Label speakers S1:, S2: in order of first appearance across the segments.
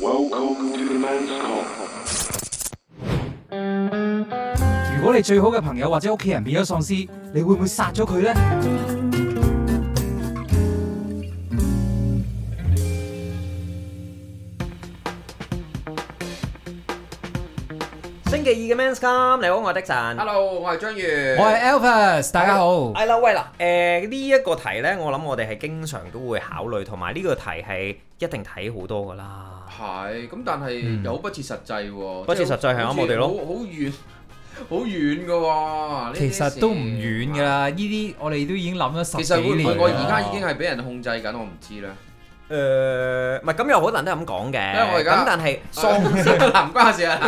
S1: Welcome to the man's call.
S2: 如果你最好嘅朋友或者屋企人變咗喪屍，你會唔會殺咗佢呢？
S3: 星期二嘅 Men's Come，你好，我係的神。
S4: Hello，我係張宇，
S5: 我係 Alvis，大家好。
S3: 係啦，喂啦，誒呢一個題呢，我諗我哋係經常都會考慮，同埋呢個題係一定睇好多噶啦。
S4: 係咁，但係又好不切實際喎，
S3: 不切實際係啱
S4: 好似
S3: 我哋咯
S4: 好好遠， 好遠嘅喎。呢啲
S5: 其實都唔遠噶啦，呢啲我哋都已經諗咗
S4: 事。其
S5: 十幾
S4: 實會唔
S5: 年
S4: 會
S5: 啦。
S4: 我而家已經係俾人控制緊？我唔知咧，
S3: 誒、唔係咁有好多人都係咁講嘅，
S4: 嗯因為我而家
S3: 咁但係喪
S4: 唔關事啊。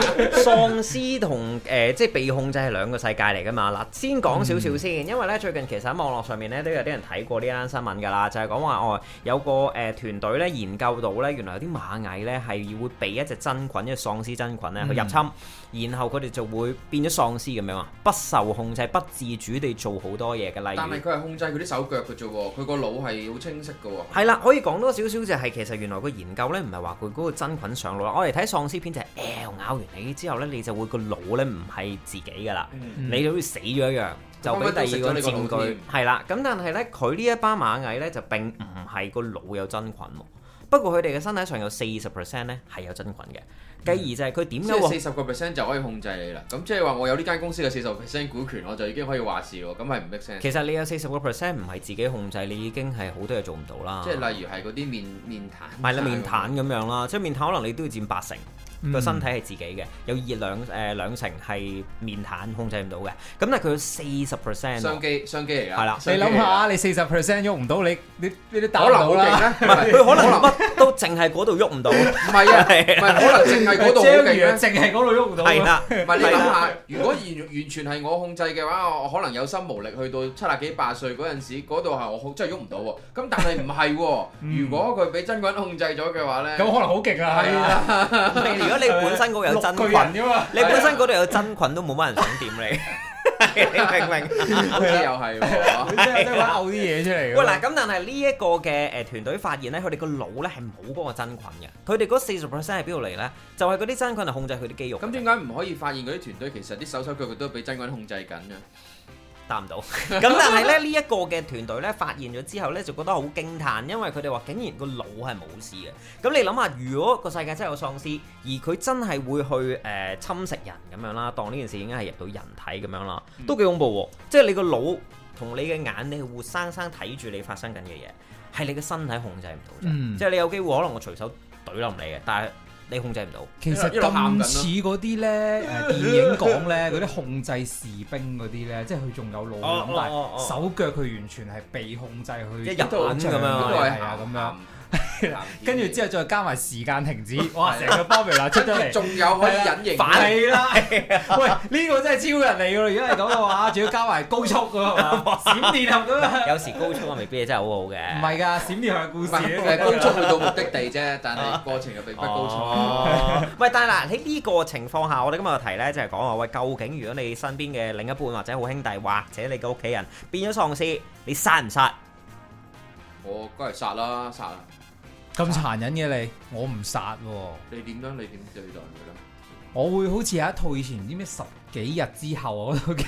S3: 喪屍同誒、呃即係被控制係兩個世界嚟㗎嘛。嗱，先講少少先，因為咧最近其實喺網絡上面咧都有啲人睇過呢單新聞㗎啦，就係講話哦有個誒、呃、團隊咧研究到咧，原來有啲螞蟻咧係會被一隻真菌，即係喪屍真菌咧去入侵，
S4: 嗯
S3: 然後佢哋就會變咗喪屍咁樣啊，不受控制、不自主地做好多嘢嘅，例
S4: 但
S3: 如
S4: 係。佢係控制佢啲手腳嘅啫喎，佢個腦係好清晰嘅喎。
S3: 係啦，可以講多少少就係其實原來個研究咧唔係話佢嗰個真菌上腦啦，我哋睇喪屍片就係、誒咬完你之後咧，你就會個腦咧唔係自己噶啦，
S5: 嗯
S3: 你就好似死咗一樣，就俾第二個
S4: 咁啊咪都食咗你個
S3: 佔
S4: 腦
S3: 據
S4: 添。
S3: 係啦，咁但係咧佢呢一班螞蟻咧就並唔係個腦有真菌喎。不過佢哋嘅身體上有四十 percent 咧係有真菌嘅，繼而就係佢點
S4: 嗯即
S3: 解
S4: 係
S3: 會
S4: 四十個 percent 就可以控制你啦。咁即係話我有呢間公司嘅四十 percent 股權，我就已經可以話事咯。咁係唔 make sense。
S3: 其實你有四十個 percent 唔係自己控制，你已經係好多嘢做唔到啦。
S4: 即係例如係嗰啲面面癱，
S3: 買粒面癱咁樣啦，即係面癱可能你都要佔八成。
S5: 嗯
S3: 個身體係自己嘅，有熱兩誒、兩成係面癱控制唔到嘅，咁但係佢有四十 percent，啊
S4: 商機商機嚟㗎。
S3: 係啦
S5: 你諗下，你四十 percent 喐唔到，你你你都打唔
S4: 可能好
S5: 到
S4: 勁
S5: 啦。
S4: 咧，唔
S3: 佢可能乜都淨係嗰度喐 唔到，
S4: 唔係啊，唔係可能淨係嗰度好勁咧。
S5: 淨係嗰度喐唔到。
S3: 係啦，
S4: 唔係你
S3: 係
S4: 諗
S3: 啦，
S4: 下，如果完完全係我控制嘅話，我可能有心無力去到七啊幾八歲嗰陣時，嗰度係我控真係喐唔到喎。咁但係唔係喎？如果佢俾真菌控制咗嘅話咧，
S5: 咁可能好勁啊！
S4: 係
S5: 啊，
S3: 你如果你本身嗰度有真
S5: 六巨
S3: 菌，
S5: 人噶嘛。
S3: 你本身嗰度有真菌都冇乜人想掂你，你明唔明？
S4: 好似又係喎。
S5: 你真係都玩嘔啲嘢出嚟㗎。
S3: 喂嗱，咁但係呢一個嘅誒團隊發現咧，佢哋個腦咧係冇嗰個真菌嘅，佢哋嗰四十 percent 係邊度嚟咧？就係嗰啲真菌係控制佢啲肌肉嘅，
S4: 咁點解唔可以發現嗰啲團隊其實啲手手腳腳都俾真菌控制緊嘅？
S3: 答唔到。 咁但係咧呢一個嘅團隊咧發現咗之後咧，就覺得好驚歎，因為佢哋話竟然個腦係冇事嘅。咁你諗下，如果個世界真係有喪屍，而佢真係會去誒、呃侵蝕人咁樣啦，當呢件事已經係入到人體咁樣啦，都幾恐怖喎！即係你個腦同你嘅眼，你係活生生睇住你發生緊嘅嘢，係你嘅身體控制唔到啫。
S5: 嗯
S3: 即係你有機會可能我隨手懟冧你嘅，但係你控制唔到。
S5: 其實咁似嗰啲咧，誒電影講咧，嗰啲控制士兵嗰啲咧，即係佢仲有腦去諗，但
S3: 哦哦哦
S5: 係手腳佢完全係被控制去
S3: 即係日文咁樣
S4: 嗰
S3: 啊
S4: 度係
S5: 係啊咁樣。
S4: 鹹鹹
S5: 跟住之後再加埋時間停止，哇！成個 formula 出咗嚟，
S4: 啊
S5: 啊
S4: 仲有可以隱形
S3: 反
S5: 係啦。喂，呢個真係超人嚟㗎啦！如果係咁嘅話，仲要加埋高速㗎 係嘛，閃電俠咁啊！
S3: 有時高速我未必係真係好好
S5: 唔
S3: 嘅。
S5: 係㗎，閃電俠嘅故
S4: 唔
S5: 事
S4: 係
S5: 嚟
S4: 誒高
S5: 㗎
S4: 速去到目的地啫，但係過程又並不高速。
S3: 哦， 喂，但係嗱喺呢個情況下，我哋今日嘅題呢就係講話，喂，究竟如果你身邊嘅另一半或者好兄弟或者你嘅屋企人變咗喪屍，你殺唔殺？
S4: 我梗係殺啦，殺啦！
S5: 咁殘忍嘅你，我唔殺喎。
S4: 你點樣？你點對待佢咧？
S5: 我會好似有一套以前唔知咩十幾日之後啊，嗰套叫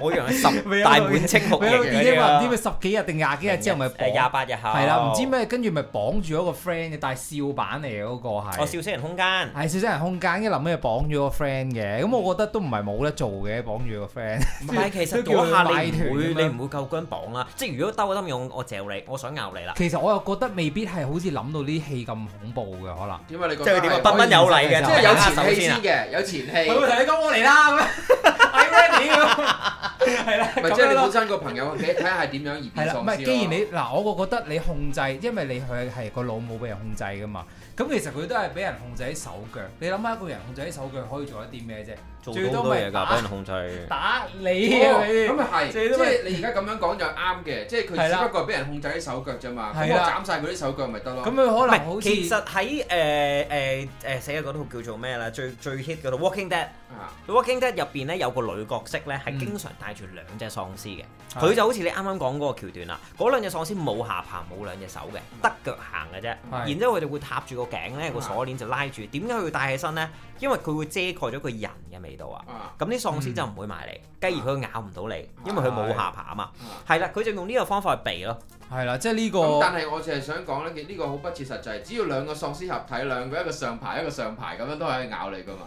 S3: 我以為係十
S5: 未有
S3: 大滿清酷
S5: 咩套
S3: 刑
S5: 電影話唔知
S4: 啊
S5: 咩
S3: 嘅
S5: 十幾日定廿幾日之後咪
S3: 誒廿
S5: 綁
S3: 八日後
S5: 係啦，唔知，咩跟住咪綁住嗰個 friend 嘅，但係笑版嚟嘅嗰個
S3: 我
S5: 係。
S3: 笑死 人空間。
S5: 係小真人空間，跟住諗起綁咗個 friend 嘅，咁我覺得都唔係冇得做嘅，綁住個 friend。
S3: 唔係，其
S5: 都
S3: 實
S5: 叫
S3: 嗰
S5: 佢
S3: 下你
S5: 買
S3: 唔
S5: 團
S3: 會，
S5: 咁
S3: 你
S5: 樣
S3: 唔會夠姜綁啦。即係如果兜個心用，我嚼你，我想咬你啦。
S5: 其實我又覺得未必係好似諗到呢啲戲咁恐怖嘅，可能。
S4: 點解你覺
S3: 即係佢
S4: 得
S3: 點啊？
S4: 係
S3: 彬彬有禮嘅，
S5: 即
S4: 即
S5: 係
S4: 係
S5: 有
S4: 有前
S3: 手
S4: 戲
S3: 先啊
S4: 先。嘅，有前 戲。
S5: 佢會同
S4: 唔
S5: 你講我嚟啦 咁樣，I'm ready 咁樣，係啦，
S4: 係
S5: 咁
S4: 即係
S5: 樣
S4: 你
S5: 咯
S4: 本。身個朋友，你睇下係點樣而
S5: 係
S4: 變
S5: 啦，
S4: 喪屍
S5: 唔
S4: 咯
S5: 係，既然你嗱，我個覺得你控制，因為你佢係個腦冇俾人控制噶嘛，咁其實佢都係俾人控制喺手腳。你諗下一個人控制喺手腳可以做一啲咩啫？
S3: 做
S5: 最
S3: 到
S5: 多
S3: 好多嘢
S5: 咪
S3: 㗎，
S5: 打
S3: 俾人控制。
S5: 打你啊！你
S4: 哦咁啊係，
S5: 即
S4: 即
S5: 係都係
S4: 係你而家咁樣講就啱嘅，即係佢
S5: 係啦
S4: 只不過係俾人控制啲手腳啫嘛。咁
S5: 係
S4: 我
S5: 啦
S4: 斬晒佢啲手腳咪得咯。
S5: 咁佢
S3: 唔
S5: 可能好
S3: 係，
S5: 似
S3: 其實喺誒呃誒誒死啊嗰套叫做咩啦？最最 hit 嗰套《Walking Dead》。
S4: 啊
S3: The Walking Dead 入邊咧有個女角色咧係經常帶住兩隻喪屍嘅，
S5: 嗯係
S3: 佢就好似你啱啱講嗰個橋段啦，嗰兩隻喪屍冇下巴冇兩隻手嘅，得腳行嘅啫。
S5: 嗯係嗯
S3: 然之後佢哋會踏住個頸咧個鎖鏈就拉住，點解佢要帶起身呢？因為佢會遮蓋咗佢人嘅味道啊。
S4: 啊，
S3: 咁啲喪
S5: 嗯
S3: 屍就唔會埋嚟，繼而佢咬唔到你，因為佢冇下巴啊嘛。係啦，佢就用呢個方法去避咯。
S5: 係啦，即係呢
S4: 咁
S5: 個
S4: 但係我淨係想講咧，呢個好不切實際。只要兩個喪屍合體，兩個一個上排一個上排咁樣都係咬你噶嘛。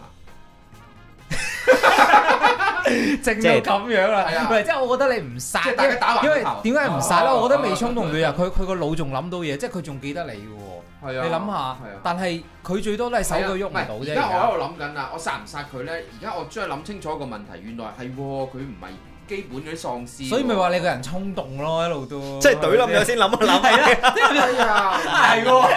S5: 正到咁樣啦
S4: 係啊，
S5: 唔係即係我覺得你唔殺，
S4: 即係大家打橫
S5: 因為
S4: 個頭
S5: 點解唔殺咧？
S4: 哦
S5: 我覺得未衝動女啊，佢佢個腦仲諗到嘢，即係佢仲記得你嘅喎。
S4: 係
S5: 你諗下
S4: 係啊，
S5: 但係佢最多都係手腳喐唔到
S4: 唔係
S5: 啫。
S4: 而家我喺度諗緊啦，我殺唔殺佢咧？而家我將諗清楚個問題，原來係喎，佢唔係基本嗰啲喪屍喎。
S5: 所以咪話 你個人衝動咯，一路都
S3: 先諗一諗。係啦，
S4: 係啊，
S5: 係喎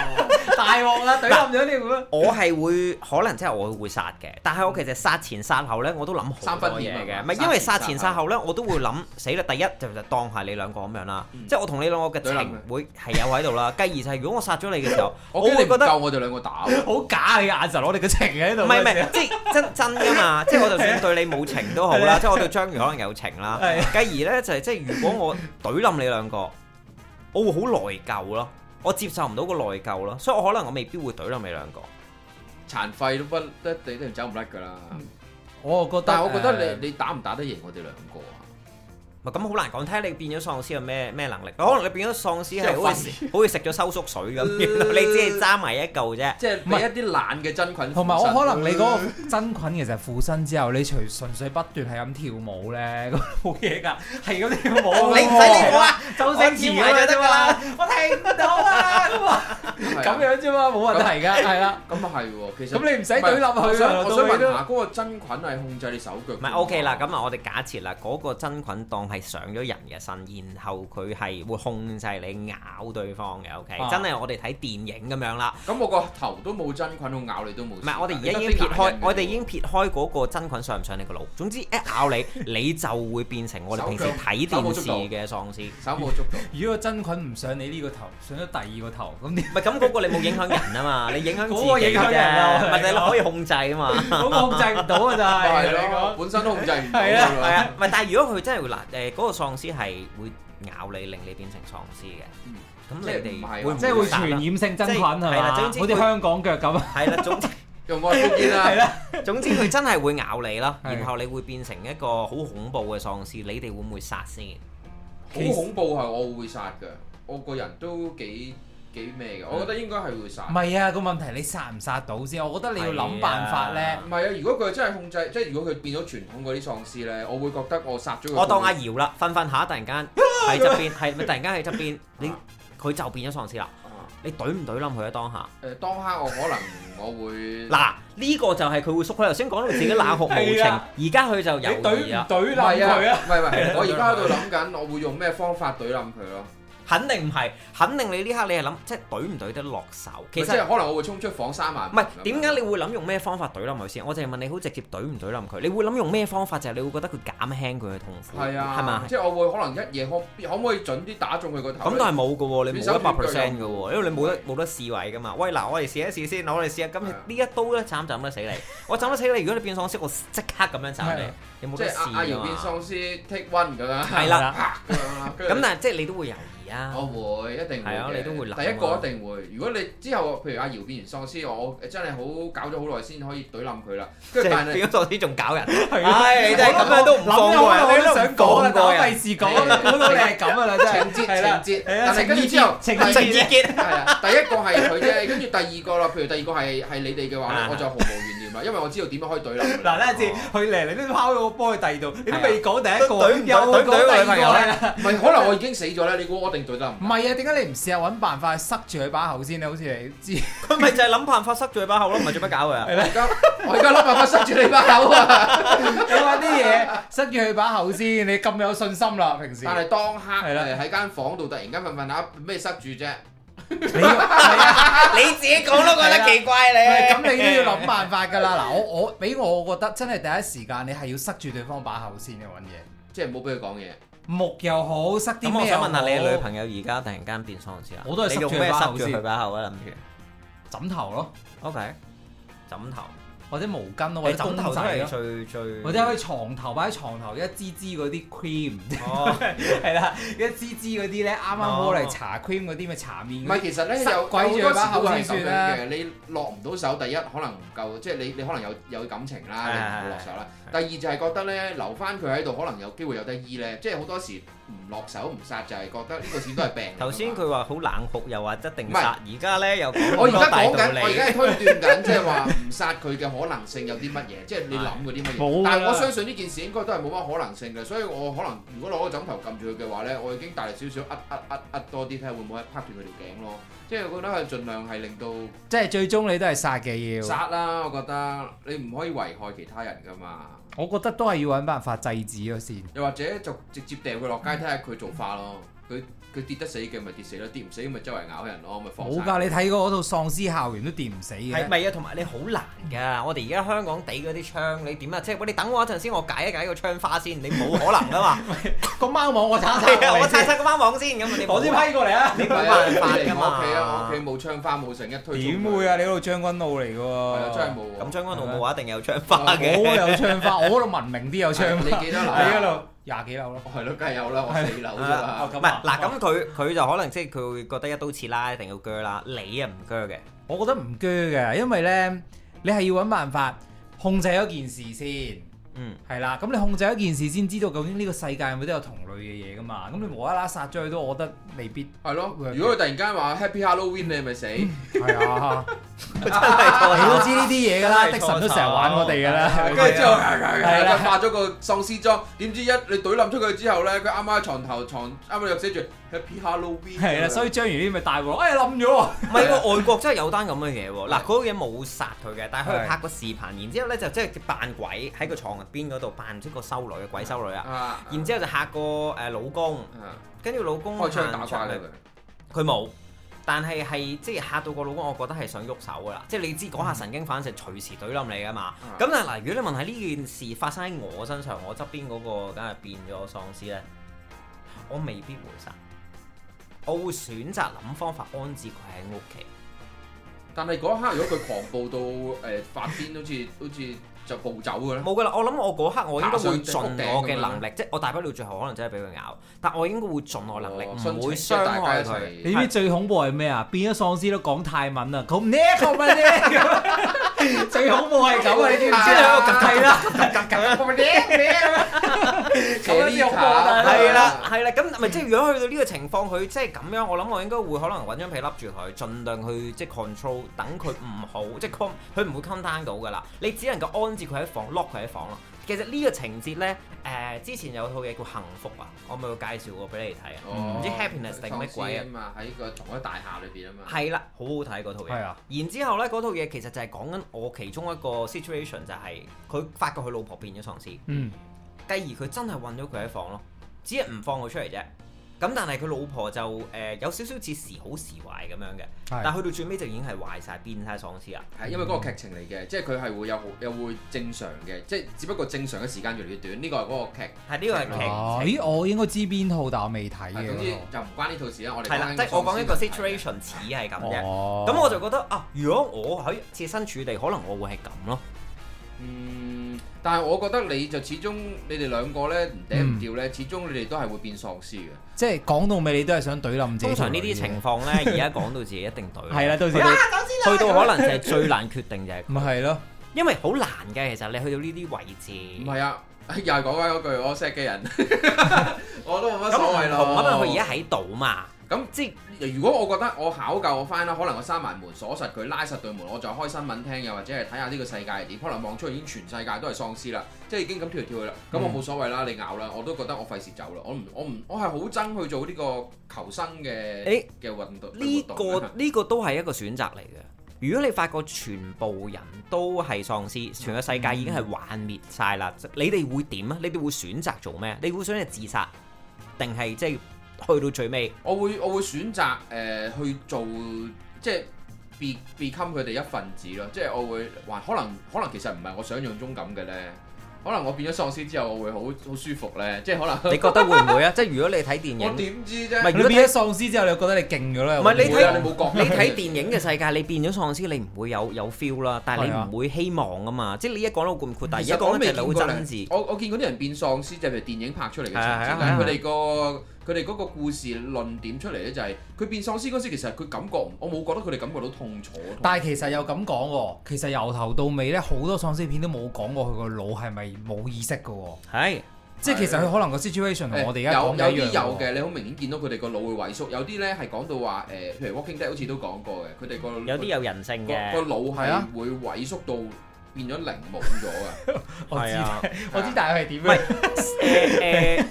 S5: 大鑊啦，懟冧咗你 咁樣。
S3: 我係會可能真係我會殺嘅，但係我其實殺前殺後咧，我都諗好
S4: 三分
S3: 多嘢
S4: 險
S3: 嘅。
S4: 啊
S3: 唔
S4: 嘛
S3: 係因為
S4: 殺
S3: 殺
S4: 前
S3: 前
S4: 殺
S3: 殺
S4: 後
S3: 後咧，我都會諗死啦。第一就就當係你兩個咁樣啦，
S4: 嗯
S3: 即係我同你兩個嘅
S4: 對諗
S3: 情會係有喺 度啦。繼而就係如果我殺咗你嘅時候，我
S4: 我驚你
S3: 會
S4: 唔
S3: 覺得。
S4: 夠我哋兩個打喎。
S5: 好假你嘅眼神，我哋嘅情喺度。
S3: 唔係唔係，即係真真噶嘛！ 即係我就算對你冇情都好
S5: 係啊
S3: 啦，即係我對章魚可能有情啦。
S5: 係
S4: 啊
S3: 繼而咧就係即係如果我懟冧你兩個，我會好內疚咯，我接受唔到個內疚咯，所以我可能我未必會懟冧你兩個。
S4: 殘廢都不得，你都走唔甩㗎啦。
S5: 我覺得，
S4: 但係我覺得你你打唔打得贏我哋兩個啊？
S3: 咪咁好難講，睇下你變咗喪屍有咩咩能力。可能你變咗喪屍係好似好似食咗收 縮水咁，原來你只係揸埋一嚿啫。
S4: 即係俾一啲懶嘅真菌。
S5: 同埋我可能你 嗰個真菌其實附身之後，你除純粹不斷係咁跳舞 咧，咁冇嘢㗎，係咁跳舞。
S3: 你唔使理我啊，
S5: 周星馳咁樣啫嘛，我聽唔到啊，咁啊咁
S4: 樣。
S5: 樣啫嘛，冇問題㗎，係啦。
S4: 咁啊係喎，其實
S5: 咁你唔使懟冧
S4: 我
S5: 佢
S4: 想
S5: 啊，
S4: 我
S5: 到
S4: 想
S5: 尾
S4: 問
S5: 都
S4: 下嗰個真菌係控制你手腳㗎
S3: 唔
S4: 嘛。
S3: 係 OK 啦，咁啊，我哋假設啦，嗰、個真菌當係上咗人嘅身，然後佢係會控制你咬對方嘅，OK，、
S5: 啊
S3: 真係我哋睇電影咁樣啦。
S4: 咁我個頭都冇真菌，我咬你都冇事。
S3: 唔係，我哋而家已經
S4: 你得
S3: 撇
S4: 啲懶
S3: 開
S4: 人，嘅
S3: 我哋
S4: 啫
S3: 已經撇開嗰個真菌上唔上你個腦。總之一咬你，你就會變成我哋平時睇
S4: 手腳
S3: 電視嘅喪屍。
S4: 手冇捉到。
S5: 如果個真菌唔上你呢個頭，上咗第二個頭，咁點？
S3: 唔係咁嗰個你冇影響人啊嘛，你影響自己
S5: 嗰個影響人啊我
S3: 啫，唔
S5: 同你
S3: 係你
S5: 講
S3: 可以控制啊嘛。
S5: 咁我控制唔到啊，就 係
S4: 係
S5: 你
S4: 咯，
S5: 講。
S4: 本身都控制唔到
S5: 係啊
S4: 㗎
S3: 係啊
S4: 啦。，
S3: 唔係，但係如果佢真係會嗱，誒、嗰、個喪屍係會咬你，令你變成喪屍嘅。
S4: 嗯
S3: 咁
S4: 即係
S3: 你哋
S4: 唔係話
S3: 會唔
S5: 即係會
S3: 殺
S5: 傳
S3: 啦
S5: 染性真菌係
S3: 即係係
S5: 嘛？
S3: 啦
S5: 好
S3: 總之
S5: 似
S3: 佢
S5: 香港腳 咁，
S3: 係啦，總之
S4: 用我福建啦。
S5: 啦，
S3: 總之佢真係會咬你啦，
S5: 係
S3: 然後你會變成一個好恐怖嘅喪屍，你哋會唔會殺先？
S4: 好恐怖係我會殺㗎，我個人都幾幾咩嘅，我覺得應該係會殺
S5: 唔。係啊個問題，你殺唔殺到先？我覺得你要諗辦法咧。
S4: 唔係啊！如果佢真係控制，即係如果佢變咗傳統嗰啲喪屍咧，我會覺得我殺咗佢。
S3: 我當阿姚啦，瞓瞓下突然間喺側邊，係咪突然間喺側邊，你佢就變咗喪屍啦？
S4: 啊
S3: 你懟唔懟冧佢啊？當下
S4: 誒，當刻我可能我會
S3: 嗱，呢個就係佢會縮佢頭先講到自己冷酷無情，
S5: 係啊
S3: 而家佢就
S5: 你
S3: 猶豫
S5: 懟
S3: 啊
S5: 唔，懟
S4: 唔
S5: 冧
S4: 係啊，
S5: 佢啊？
S4: 唔係唔係，我而家喺度諗緊，我會用咩方法懟冧佢咯？
S3: 肯定唔係，肯定你呢刻你係諗即係懟唔懟得落手。其
S4: 其實
S3: 實
S4: 即係可能我會衝出房閂埋門
S3: 唔
S4: 咁樣。
S3: 係點解你會諗用咩方法懟冧佢先？我淨係問你好直接懟唔懟冧佢？你會諗用咩方法就係你會覺得佢減輕佢嘅痛苦，
S4: 係啊，
S3: 係咪？
S4: 即係我會可能一夜可可唔可以準啲打中佢個頭
S3: 咁
S4: 咧？
S3: 但係冇嘅喎，你
S4: 你
S3: 冇
S4: 手
S3: 一百
S4: 斷腳
S3: percent 嘅喎，因為你冇得
S4: 係
S3: 冇得試位嘅嘛。喂，嗱，我哋試一試先，我哋試下今
S4: 係
S3: 日
S4: 啊
S3: 呢一刀咧斬斬得死你，我斬得死你。如果你變喪屍，我即刻咁樣斬
S5: 係啊
S3: 你，你冇
S4: 即
S3: 得
S4: 係阿阿
S3: 試
S4: 姚
S3: 㗎
S4: 變
S3: 嘛。
S4: 喪屍 take one 咁樣，
S3: 係啦，
S4: 咁樣啦跟住
S3: 咁但係即係你都會猶豫啊。
S4: 我會一定會
S3: 係啊
S4: 嘅
S3: 你都會諗啊
S4: 第一個一定會。如果你之後譬如阿姚變完喪屍，我真係好搞咗好耐先可以懟冧佢啦。
S3: 即
S4: 跟住但
S3: 係
S4: 係
S3: 變咗喪屍仲搞人，
S5: 係啊
S3: 唉，你真係咁樣都唔放
S5: 諗
S3: 過
S5: 啊
S3: 人，
S5: 我
S3: 你
S5: 都
S3: 都
S5: 想
S3: 唔
S5: 講啦但
S3: 放，過
S5: 我
S3: 人
S5: 費。事講啦，估到你係咁啊啦，真係。
S4: 情節
S5: 係啦
S4: 情節，
S5: 係啦
S4: 但係跟住
S5: 情意
S4: 之後，
S5: 情
S4: 但係
S5: 意
S3: 情意結。
S4: 係啊，第一個係佢啫，跟住第二個啦，譬如第二個係係你哋嘅話咧
S3: 啊，
S4: 我就毫無懸念啦，因為我知道點樣可以懟冧佢。
S5: 嗱，呢一次佢嚟，你都拋咗個波去第二度，你都未講第一個，
S3: 懟唔懟
S5: 又
S3: 懟唔
S5: 講第
S3: 懟個
S5: 二
S3: 女朋友
S5: 個係
S3: 咧
S5: 啦。
S4: 唔係可能我已經死咗咧，你估我一定懟得冧？
S5: 唔係啊，點解你唔試下揾辦法塞住佢把口先咧？好似你知，
S3: 佢咪就係諗辦法塞住佢把口咯，唔係做乜搞佢啊？
S4: 我而家我而家諗辦法塞住你把口啊！
S5: 你揾啲嘢塞住佢把口先，你咁有信心啦，平時。
S4: 但係當刻
S5: 係啦
S4: 誒喺間房度突然間瞓瞓下，咩塞住啫？
S5: 你要係啊
S3: 你自己講都覺得奇怪
S5: 唔係
S3: 你。
S5: 咁你都要諗辦法㗎啦。嗱，我我俾我覺得真係第一時間你係要塞住對方把口先嘅揾嘢，
S4: 即係唔好俾佢講嘢。
S5: 木又好，塞啲
S3: 咁
S5: 咩
S3: 我
S5: 又
S3: 想
S5: 好
S3: 問下你嘅女朋友而家突然間變喪屍啦，
S5: 我都係
S3: 你
S5: 塞住
S3: 用
S5: 佢
S3: 咩
S5: 把
S3: 塞
S5: 口
S3: 住
S5: 先
S3: 佢把口啊？諗住。
S5: 枕頭咯，
S3: OK，枕頭
S5: 或者毛巾咯，或
S3: 你
S5: 者公
S3: 枕頭都
S5: 仔
S3: 係
S5: 咯，
S3: 最最，
S5: 或者可以床頭擺喺床頭一支支嗰啲 cream，
S3: 哦，
S5: 係啦，一支支嗰啲咧啱啱好嚟搽 cream 嗰啲咪搽面
S4: 唔
S5: 嗰啲
S4: 係，其實咧
S5: 塞
S4: 有
S5: 鬼住
S4: 有好
S5: 把口
S4: 多時都
S5: 先算
S4: 係咁樣
S5: 啦
S4: 嘅。你落唔到手，第一可能唔夠，即係你你可能有有感情啦，你唔會落手啦。第
S3: 係
S4: 二就係覺得咧留翻佢喺度，可能有機會有得醫咧。即係好多時唔落手唔殺，就係覺得呢個始都係病嚟㗎嘛。
S3: 頭先佢話好冷酷，又話一定
S4: 唔係
S3: 殺，而家咧又講
S4: 我而家
S3: 講
S4: 講緊，我而家係推斷緊，即係話唔殺佢嘅可能性有啲乜嘢？即係你諗嗰啲乜嘢？
S6: 冇㗎啦
S4: 但係我相信呢件事應該都係冇乜可能性嘅，所以我可能如果攞個枕頭撳住佢嘅話咧，我已經大力少少呃呃呃呃多啲，睇下會唔會拍斷佢條頸咯。即係我覺得係盡量係令到
S5: 即係最終你都係殺嘅要。
S4: 殺啦，我覺得你唔可以危害其他人㗎嘛。
S5: 我覺得都係要揾辦法制止咗先。
S4: 又或者就直接掉佢落街，睇下佢做法咯。佢佢跌得死嘅咪跌死咯，跌唔死咪周圍咬人咯，咪放
S5: 冇
S4: 生
S5: 㗎，你睇過嗰套喪屍校園都掂唔死
S3: 係
S5: 嘅。
S3: 咪啊？同埋你好難㗎，我哋而家香港地嗰啲窗，你點啊？即係喂，你等我一陣先，我解一解個窗花先，你冇可能㗎嘛？
S5: 個貓網 我打
S3: 係啊，我拆拆個班網先，咁你
S5: 我先批過嚟啊！
S3: 你冇辦
S4: 係啊
S3: 法
S4: 你
S3: 㗎
S4: 嚟我屋企啊，
S3: 嘛
S4: 我屋企？冇窗花冇成一推。
S5: 點會啊？你嗰度將軍澳嚟㗎
S4: 係
S5: 喎
S4: 啊，，真係冇喎
S3: 咁。將軍澳冇一定有窗花嘅。
S5: 我有唱花，我嗰度文明啲有唱花。
S4: 你幾多樓 啊
S5: 你嗰度廿幾樓咯。
S4: 係咯，梗係有啦，我四樓啫
S5: 啊
S4: 嘛。
S5: 咁
S3: 唔
S5: 啊
S3: 係嗱，咁佢佢就可能即係佢會覺得一刀切啦，一定要鋸啦。你啊唔鋸嘅，
S5: 我覺得唔鋸嘅，因為呢，你係要揾辦法控制一件事先，
S3: 嗯，
S5: 係啦。咁你控制一件事先知道究竟呢個世界有冇都有同類嘅嘢噶嘛。咁你無啦啦殺咗佢都，我覺得未必
S4: 係咯，如果佢突然間話 Happy Halloween，你咪死。
S5: 係啊。
S3: 真係
S5: 你都知呢啲嘢㗎啦，的
S3: 真係錯
S5: 神
S3: 手
S5: 都成日玩我哋㗎啦。
S4: 跟住之後，
S5: 係啦
S4: 就化咗個喪屍妝。點知一你懟冧出佢之後咧，佢啱啱喺床頭床啱啱又寫住 Happy Halloween。
S5: 係啦，所以章魚呢咪大鑊，哎冧咗喎。
S3: 唔係喎，外國真係有單咁嘅嘢喎。嗱，嗰個嘢冇殺佢嘅，但係佢拍個視頻，然之後咧就即係扮鬼喺個床入邊嗰度扮出個修女嘅鬼修女啊。
S4: 啊，
S3: 然之後就嚇個誒老公，
S4: 啊
S3: 跟住老公
S4: 開槍打
S3: 行出
S4: 瓜
S3: 嚟
S4: 嘅佢。
S3: 佢冇，但係係即係嚇到個老公，我覺得係想喐手噶啦，即係你知講下神經反射，隨時懟冧你噶嘛。
S4: 嗯
S3: 咁但係嗱，如果你問喺呢件事發生喺我身上，我側邊嗰個梗係變咗喪屍咧，我未必會殺，我會選擇諗方法安置佢喺屋企。
S4: 但係嗰刻如果佢狂暴到誒發癲，好似好似就暴走嘅咧。
S3: 冇噶啦，我諗我嗰刻我應該會盡我嘅
S4: 爬上屋頂
S3: 能力，即係我大不了最後可能真係俾佢咬，但我應該會盡我能力，
S4: 哦
S3: 唔會
S4: 殉情即係
S3: 傷
S4: 大家
S3: 害
S4: 一齊
S3: 佢。
S5: 你知唔知最恐怖係咩啊？變咗喪屍都講泰文啊，咁呢個乜呢？最恐怖係咁啊！你知唔知
S3: 哦
S5: 啊？係啦，
S4: 啊咁
S5: 樣先好過啊
S3: 係啦，係啦，咁咪即係如果去到呢個情況，佢即係咁樣，我諗我應該會可能揾張被笠住佢，盡量去即係 control，等佢唔好即係 con，佢唔會 contain 到噶啦。你只能夠安置佢喺房，lock 佢喺房咯。其實呢個情節呢，誒、之前有套嘢叫《幸福》啊，我咪有介紹過俾你睇啊，唔
S4: 哦
S3: 知 happiness 定乜鬼啊
S4: 喪屍嘛，喺個同一大廈裏邊啊嘛。
S3: 係啦，好好睇嗰套嘢。
S5: 係啊，
S3: 然之後呢，嗰套嘢其實就係講緊我其中一個 situation 就係、佢發覺佢老婆變咗喪屍。
S5: 嗯，
S3: 繼而佢真係韞咗佢喺房咯，只係唔放佢出嚟啫。咁但係佢老婆就誒、呃有少少似時好時壞咁樣嘅，但
S5: 係
S3: 係去到最尾就已經係壞晒，變晒喪屍啦。
S4: 係因為嗰個劇情嚟嘅，即係佢係會有好又會正常嘅，即係只不過正常嘅時間越嚟越短。呢個係嗰個劇，
S3: 係呢個係劇
S5: 哦
S3: 情，
S5: 咦，我應該知邊套，但我未睇
S4: 係總之
S5: 嘅。
S4: 就唔關呢套事啦。我哋
S3: 啊係啦、
S4: 緊
S3: 即係我講一個
S4: 喪屍問題啊
S3: situation 似係咁啫。
S5: 哦，
S3: 咁、我就覺得啊，如果我喺設身處地，可能我會係咁咯。
S4: 嗯，但係我覺得你就始終你哋兩個咧唔嗲唔吊咧，始終你哋都係會變喪屍嘅。
S5: 即係講到尾，你都係想懟冧自己。
S3: 通常呢啲情啊況呢，而家講到自己一定 對。
S5: 係啦，到時
S3: 去到
S5: 你
S3: 去到可能 就係最難決定就係，
S5: 咪係咯，
S3: 因為好難嘅，其實你去到呢啲位置，
S4: 唔係啊，又係講翻嗰句我錫嘅人，我都冇乜
S3: 咁
S4: 所
S3: 唔
S4: 謂
S3: 同啊嘛，
S4: 咯。
S3: 佢而家喺度嘛，
S4: 咁
S3: 即係
S4: 如果我覺得我考究我翻啦，可能我閂埋門鎖實佢，拉實對門，我再開新聞聽，又或者係睇下呢個世界係點。可能望出去已經全世界都係喪屍啦，即係已經咁跳嚟跳去啦。咁我冇所謂啦，你咬啦，我都覺得我費事走啦。我唔我唔我係好憎去做呢個求生嘅
S3: 誒
S4: 嘅運動。
S3: 呢、個
S4: 活 動
S3: 呢、個都係一個選擇嚟嘅。如果你發覺全部人都係喪屍，全個世界已經係幻滅晒啦，你哋會點啊？你哋會選擇做咩？你會選擇自殺，定係即係去到最尾？
S4: 我會我會選擇誒、呃去做即係 be become 佢哋一份子咯，即係我會還可能可能其實唔係我想象中咁嘅咧，可能我變咗喪屍之後，我會好好舒服咧，即係可能
S3: 你覺得會唔會啊？即係如果你睇電
S4: 我
S3: 影，
S4: 點
S3: 咪
S4: 知啫？
S3: 如果
S5: 你
S3: 睇
S5: 變咗喪屍之後，你覺得你勁咗啦？
S3: 唔係你
S5: 會
S4: 唔
S5: 會
S4: 會啊
S3: 睇
S4: 你冇覺
S3: 你睇電影嘅世界，你變咗喪屍，你唔會有有 feel 啦，但係你
S5: 係啊
S3: 唔會希望啊嘛。即係你一講到咁闊，但係
S4: 其
S3: 一
S4: 實我
S3: 講
S4: 未
S3: 緊就
S4: 見
S3: 係好
S4: 過
S3: 真
S4: 人
S3: 摯。
S4: 我我見嗰啲人變喪屍，就係譬如電影拍出嚟嘅
S3: 係啊係
S4: 場
S3: 啊
S4: 景，但係
S3: 係啊
S4: 佢哋個佢哋嗰個故事論點出嚟咧，就係佢變喪屍嗰時，其實佢感覺唔我冇覺得佢哋感覺到痛楚。
S5: 但係其實又咁講喎，其實由頭到尾咧，好多喪屍片都冇講過佢個腦係咪冇意識嘅喎，
S3: 係
S5: 即係其實佢可能個 situation 同
S4: 誒
S5: 我哋而家講
S4: 有
S5: 嘅一
S4: 有
S5: 樣
S4: 啲有
S5: 喎，
S4: 嘅，你好明顯見到佢哋個腦會萎縮，有啲咧係講到話誒，譬如 Walking Dead 好似都講過嘅，佢哋個
S3: 有啲有人性
S4: 個
S3: 嘅，
S4: 個腦
S5: 係啊
S4: 係會萎縮到變咗零冇咗 嘅。
S5: 我知
S3: 係啊。
S5: 我知，但係佢係點
S3: 唔係
S5: 樣？
S3: 誒誒
S4: 個個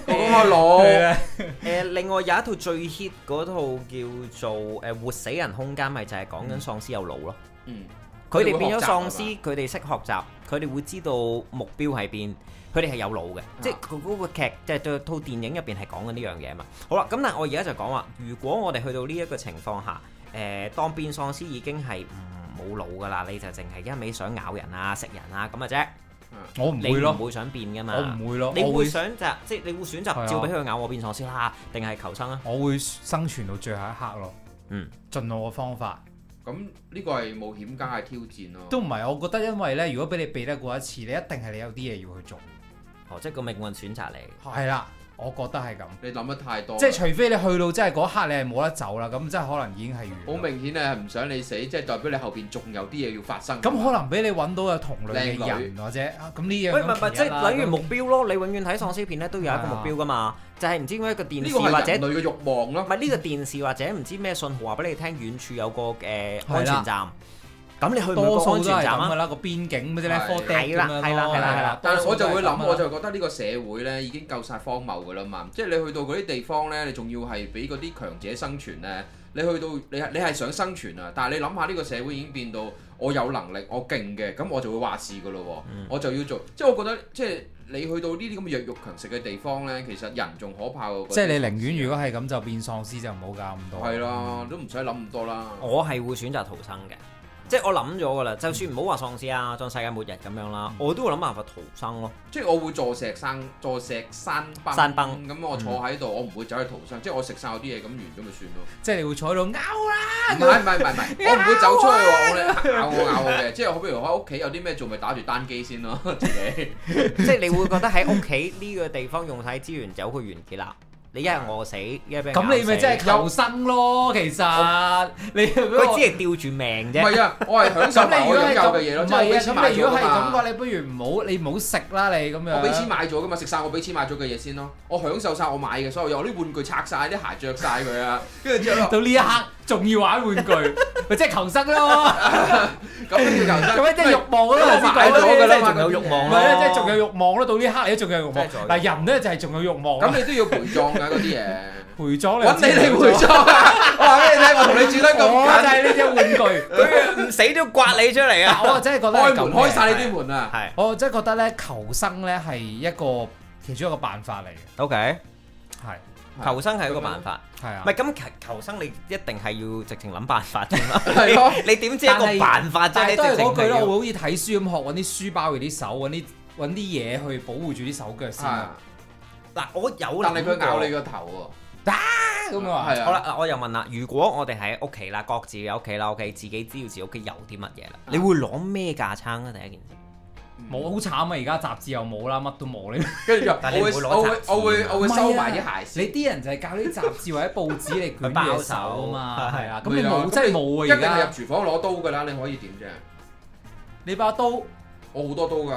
S4: 開腦，
S5: 啊
S3: 誒，另外有一套最 hit 嗰套叫做誒《活死人空間》，咪就係講緊喪屍有腦咯。
S4: 嗯，
S3: 佢哋變咗喪
S4: 佢
S3: 屍，佢哋識學習，佢哋會知道目標喺邊，佢哋係有腦嘅，即係佢嗰個劇，即係套電影入邊係講緊呢樣嘢嘛。好啦，咁但係我而家就講話，如果我哋去到呢一個情況下，誒、當變喪屍已經係唔冇腦噶啦，你就淨係一味想咬人啊、食人啊咁嘅啫，
S5: 我唔
S3: 你
S5: 會
S3: 唔
S5: 咯，
S3: 會想變噶
S5: 我
S3: 嘛？
S5: 唔會咯，
S3: 你
S5: 我
S3: 會
S5: 會
S3: 想就即係你會選
S5: 係啊
S3: 擇照俾佢咬我變喪屍啦，定係求生啊？
S5: 我會生存到最後一刻咯，
S3: 嗯，
S5: 盡我嘅方法。
S4: 咁呢個係冒險家嘅挑戰咯。
S5: 都唔係，我覺得因為咧，如果俾你避得過一次，你一定係你有啲嘢要去做。
S3: 哦，即係個命運選擇嚟。
S5: 係啦，我覺得係咁。
S4: 你諗得太多啦，
S5: 即係除非你去到真係嗰刻你係冇得走啦，咁真係可能已經係完
S4: 好
S5: 啦。
S4: 明顯啊，唔想你死，即係代表你後邊仲有啲嘢要發生。
S5: 咁可能俾你揾到有同類嘅
S4: 靚女
S5: 人或者啊咁呢樣
S3: 喂，唔係唔係，即係等於
S5: 於
S3: 目標咯。你永遠睇喪屍片咧，都有一個目標噶嘛，就係唔知點解一個電
S4: 呢
S3: 視
S4: 個
S3: 或
S4: 係
S3: 者
S4: 人
S3: 唔
S4: 類嘅慾望咯。
S3: 係呢個電視或者唔知咩信號話俾你聽，遠處有個誒
S5: 係啦
S3: 安 全站。咁你去唔去
S5: 多
S3: 個
S5: 數
S3: 安
S5: 都
S3: 全
S5: 係
S3: 站
S5: 咁噶
S3: 啊？
S5: 啦，個邊境嗰啲咧
S4: 係
S5: 科
S3: 係啦係啦係啦係啦
S4: 但係我就會諗，我就覺得呢個社會呢已經夠晒荒謬㗎啦嘛！即係你去到嗰啲地方呢，你仲要係俾嗰啲強者生存呢。你去到你係你係想生存啊，但係你諗下呢個社會已經變到我有能力，我勁嘅，咁我就會話事㗎咯喎，我就要做。即係我覺得，即係你去到呢啲咁嘅弱肉強食嘅地方呢，其實人仲可怕過嗰啲
S5: 即係你寧願如果係咁就變喪屍就唔好搞咁多。
S4: 係啦，都唔使諗咁多啦。
S3: 我係會選擇逃生嘅，即係我諗咗噶啦。就算唔好話喪屍啊，當世界末日咁樣
S5: 嗯
S3: 啦，我都會諗辦法逃生咯。
S4: 即係我會坐石生坐石山崩，
S3: 山崩
S4: 咁我坐喺度，我唔會走去逃生，即係我食晒我啲嘢咁完咁咪算咯。
S5: 即係你會坐喺度拗啦，
S4: 唔係唔係唔係唔係，我唔會走出去
S5: 啊
S4: 話我 咧咬我咬我嘅，即係我譬如我喺屋企有啲咩做咪打住單機先 咯，自己
S3: 即係你會覺得喺屋企呢個地方用晒資源有佢完結啦。你一係餓死，一係俾人
S5: 咁你咪
S3: 咬死
S5: 真係求生咯。其實你
S3: 佢只係吊住命
S4: 唔
S3: 啫。
S4: 係啊，我係享受埋我擁有嘅嘢咯，
S5: 唔
S4: 即係我
S5: 係
S4: 俾
S5: 啊，
S4: 錢
S5: 咁
S4: 買
S5: 你如果
S4: 咗
S5: 係咁
S4: 㗎
S5: 嘅話，
S4: 嘛。
S5: 你不如唔好你唔好食啦，你咁啊樣。
S4: 我俾錢買咗噶嘛，食晒我俾錢買咗嘅嘢先咯，我享受晒我買嘅所有嘢，我啲玩具拆晒，啲鞋着晒佢 啊，跟住之後
S5: 到呢一刻仲要玩 玩具，咪即係求生咯，
S4: 咁跟住就
S5: 咁樣即係慾望咯。
S4: 因
S5: 頭
S4: 為
S5: 先
S4: 啊買
S5: 講
S4: 咗㗎
S5: 嗰
S4: 啦
S5: 啲
S4: 嘛
S3: 仲有慾
S5: 唔
S3: 望咯，
S5: 係咧，即係仲有慾望咯。到呢一刻你都仲有慾望
S3: 真係仲有慾，望
S5: 嗱人咧就係仲有慾望。啊
S4: 咁你都要陪葬㗎嗰啲 嘢，
S5: 陪咗你，
S4: 揾你嚟陪 葬啊！我話俾你聽，我同你住得
S5: 我哦就
S4: 咁近，
S5: 係呢只玩具。
S3: 佢 唔死都要刮你出嚟
S5: 但
S3: 啊！
S5: 我真係覺得係
S4: 開
S5: 咁
S4: 門
S5: 嘅
S4: 開晒你啲門 啊！
S3: 係
S5: 我真係覺得咧，求生咧係一個其中一個辦法嚟嘅，
S3: ，OK，
S5: 係
S3: 求生係一個辦法，
S5: 係啊
S3: 唔。係咁求求生你一定係要直情諗辦法啫嘛。
S4: 係咯，
S3: 你點知一個辦法啫？
S5: 但
S3: 你
S5: 係都係
S3: 直情
S5: 嗰句
S3: 係
S4: 啊
S5: 啦，我會
S3: 要
S5: 好似睇書咁學，揾啲書包住啲手，揾啲揾啲嘢去保護住啲手腳先
S4: 係
S5: 啊。，
S3: 嗱，我有諗過
S4: 但係佢咬你個頭
S5: 咁
S4: 喎，
S5: 啊，
S4: 係啊，
S3: 好啦，嗱我又問啦，如果我哋喺屋企啦，各自喺屋企啦，OK，自己知道自己屋企有啲乜嘢啦，你會攞咩架撐啊？第一件事，
S4: 嗯
S5: 冇好慘啊！而家雜誌又冇啦，乜都冇你。
S4: 跟住就
S3: 但係你
S4: 我會
S3: 唔會攞
S4: 我會
S3: 雜誌
S4: 我會
S3: 啊
S4: 我會收埋啲鞋
S5: 你
S4: 先。
S5: 啲人就係教啲雜誌或者報紙 嚟捲
S3: 包
S5: 住
S3: 手
S5: 隻手啊嘛，係啊。咁
S4: 會
S5: 你
S4: 啊
S5: 冇真係冇
S4: 一
S5: 啊！
S4: 定
S5: 而
S4: 係入
S5: 家
S4: 廚房攞刀㗎啦，你可以點啫？
S5: 你把刀咁
S4: 我好多刀㗎，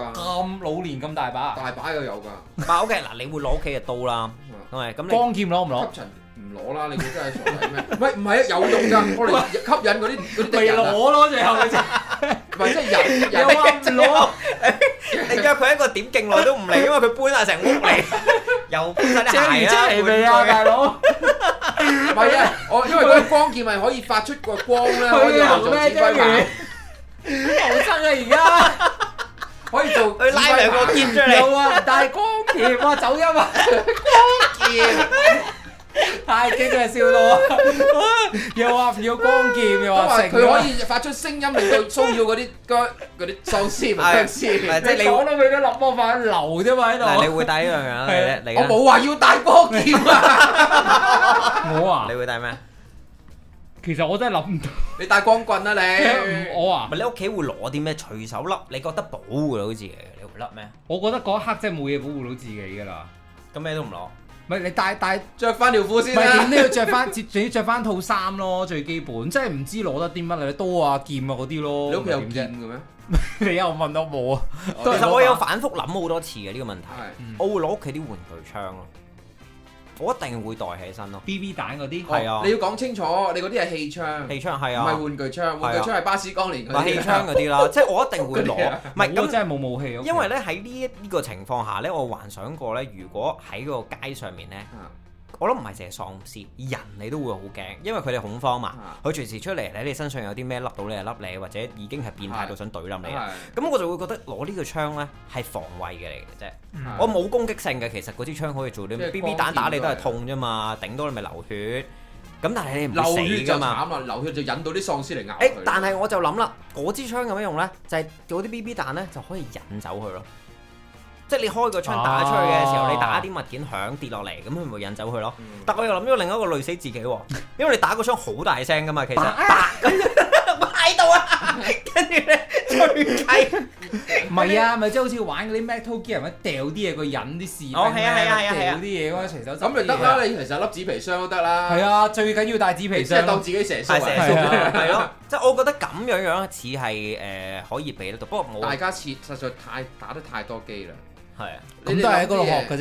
S5: 老年咁大把，
S4: 大把又有㗎。
S3: 唔係 OK，嗱，你會攞屋企嘅刀啦，係咁你
S5: 光劍攞唔攞？
S4: 吸塵唔攞啦，你估真係傻仔咩？ 唔係唔係啊，有用㗎，我哋吸引嗰啲嗰啲敵
S5: 咪
S4: 人啊，
S5: 攞咯，最後你就
S4: 唔係即係人
S5: 又
S4: 人
S5: 話 唔攞，
S3: 你約佢一個點勁耐都唔嚟，因為佢搬晒成屋嚟，又搬晒
S5: 張
S3: 啲
S5: 魚
S3: 鞋
S5: 出
S3: 啦，
S5: 嚟未 啊，
S3: 換
S5: 大佬？
S4: 唔係啊，我因為嗰個光劍係可以發出個光 咧，可以
S5: 去
S4: 做
S5: 行
S4: 指
S5: 咩
S4: 揮
S5: 啫？
S4: 棒，
S5: 求生啊！ 而家。
S4: 可以做
S3: 佢拉兩個劍出 嚟。
S5: 有啊，但係光甜啊，走音啊，
S4: 劍，
S5: 太激啦，笑到啊！ 又話唔要光劍，又
S4: 都話
S5: 話
S4: 佢
S5: 成
S4: 可以發出聲音令到騷擾嗰啲嗰嗰啲喪屍唔僵
S3: 係
S4: 屍。
S3: 即係你
S5: 講到佢都諗我反流啫嘛喺
S3: 嗱，你
S5: 度。
S3: 會帶一樣樣
S5: 係啊
S3: 咧，你
S4: 我
S3: 咧，
S4: 冇話要大波劍 啊！
S5: 我啊
S3: 你，會帶咩？
S5: 其實我真係諗唔到，
S4: 你帶光棍啊你！
S5: 我啊
S3: 唔係，你屋企會攞啲咩隨手笠？你覺得保㗎啦，好似你會笠咩？
S5: 我覺得嗰一刻真係冇嘢保護到自己噶啦。
S3: 咁咩都唔攞。
S5: 唔係你帶帶，
S4: 着翻條褲
S5: 唔
S4: 先
S5: 係點
S4: 啦。
S5: 都要着 翻，仲要着翻套衫咯，最基本。真係唔知攞得啲乜你刀啊、劍啊嗰啲咯。
S4: 你屋企有
S5: 咁
S4: 劍嘅咩？
S5: 啫？ 你又問我冇啊？
S3: 其
S5: 都係
S3: 實
S5: 攞
S3: 我有
S5: 把
S3: 反覆諗好多次嘅呢個問題，
S4: 係
S3: 我會攞屋企啲玩具槍咯，我一定會袋起身咯。
S5: BB 彈嗰啲
S3: 係啊
S4: 你要講清楚，你嗰啲係氣槍，唔
S3: 氣槍係
S4: 係
S3: 啊，
S4: 玩具槍。玩具槍係巴斯光年嗰
S3: 買氣
S4: 啲。
S3: 槍嗰啲啦，即係我一定會
S4: 嗰啲
S3: 攞
S4: 啊。
S3: 唔係
S5: 冇啊
S3: 咁，
S5: 真係冇武器啊。
S3: 因為咧喺呢一呢個情況下咧，我幻想過咧，如果喺個街上面咧，
S4: 啊
S3: 我諗唔係淨係喪屍，人你都會好驚，因為佢哋恐慌嘛。
S4: 啊
S3: 佢隨時出嚟喺你身上有啲咩笠到你就笠你，或者已經係變態到想懟冧你啦。
S4: 係
S3: 咁我就會覺得攞呢個槍咧係防衞嘅嚟嘅啫，
S5: 嗯
S4: 係
S3: 我冇攻擊性嘅。其實嗰支槍可以做啲
S4: 啊即係
S3: B B
S4: 光
S3: 彈打你
S4: 劍
S3: 都係
S4: 都係
S3: 痛啫嘛，頂多你咪流血。咁但係你唔
S4: 流
S3: 會
S4: 血
S3: 死
S4: 就
S3: 㗎
S4: 慘
S3: 嘛。
S4: 啦，流血就引到啲喪屍嚟咬
S3: 誒
S4: 佢，。
S3: 但係我就諗啦，嗰支槍有咩用咧？就係嗰啲 B B 彈咧就可以引走佢咯。即係你開個槍打出去嘅時候，
S5: 啊
S3: 你打啲物件響跌落嚟，咁佢咪引走佢咯。
S4: 嗯
S3: 但我又諗咗另一個累死自己喎，因為你打個槍好大聲噶嘛，其實
S5: 打
S3: 打咁喺度啊，跟住咧吹 雞，
S5: 唔係啊，咪即係好似玩嗰啲 Metal Gear 咪掉啲嘢個引啲士兵
S3: 哦係啊係啊係啊係啊
S5: 掉啲嘢嗰啲隨手執
S4: 咁
S5: 啲
S4: 咪
S5: 嘢
S4: 得啦，你其實粒紙皮箱都得啦。
S5: 係，啊，最緊要帶紙皮
S4: 即係
S5: 箱
S4: 當
S5: 咯。
S4: 自己蛇
S3: 係
S4: 縮
S3: 成
S4: 啊。
S3: 熟啦，係咯，即係我覺得咁樣樣似係呃誒可以俾得到，不過
S4: 大
S3: 冇
S4: 家切實在太打得太多機啦。
S3: 係啊，
S5: 咁都係喺嗰度學嘅
S4: 你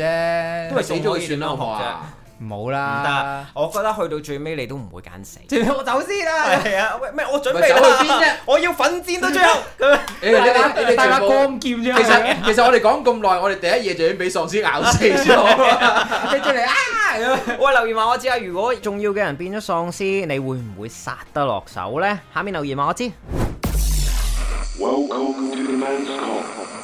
S5: 啫
S4: 哋諗啲嘢，都係，死咗佢算啦，好唔好啊？
S5: 唔好
S3: 唔
S5: 啦
S3: 得。，我覺得去到最尾你都唔會揀死。
S5: 最好我走先啦。
S3: 係啊， 喂咩？我準備
S4: 咪走去邊啫
S3: 啦， 我要奮戰到最 後。咁樣
S4: 誒，你哋你
S5: 帶把
S4: 哋全部。
S5: 光劍啫。
S4: 其實其實我哋講咁耐，我哋第一嘢就已經俾喪屍咬死咗。
S5: 你出嚟啊咁樣
S3: 喂，留言話我知啊，如果重要嘅人變咗喪屍，你會唔會殺得落手呢？下面留言話我知。
S1: Welcome to the man's call.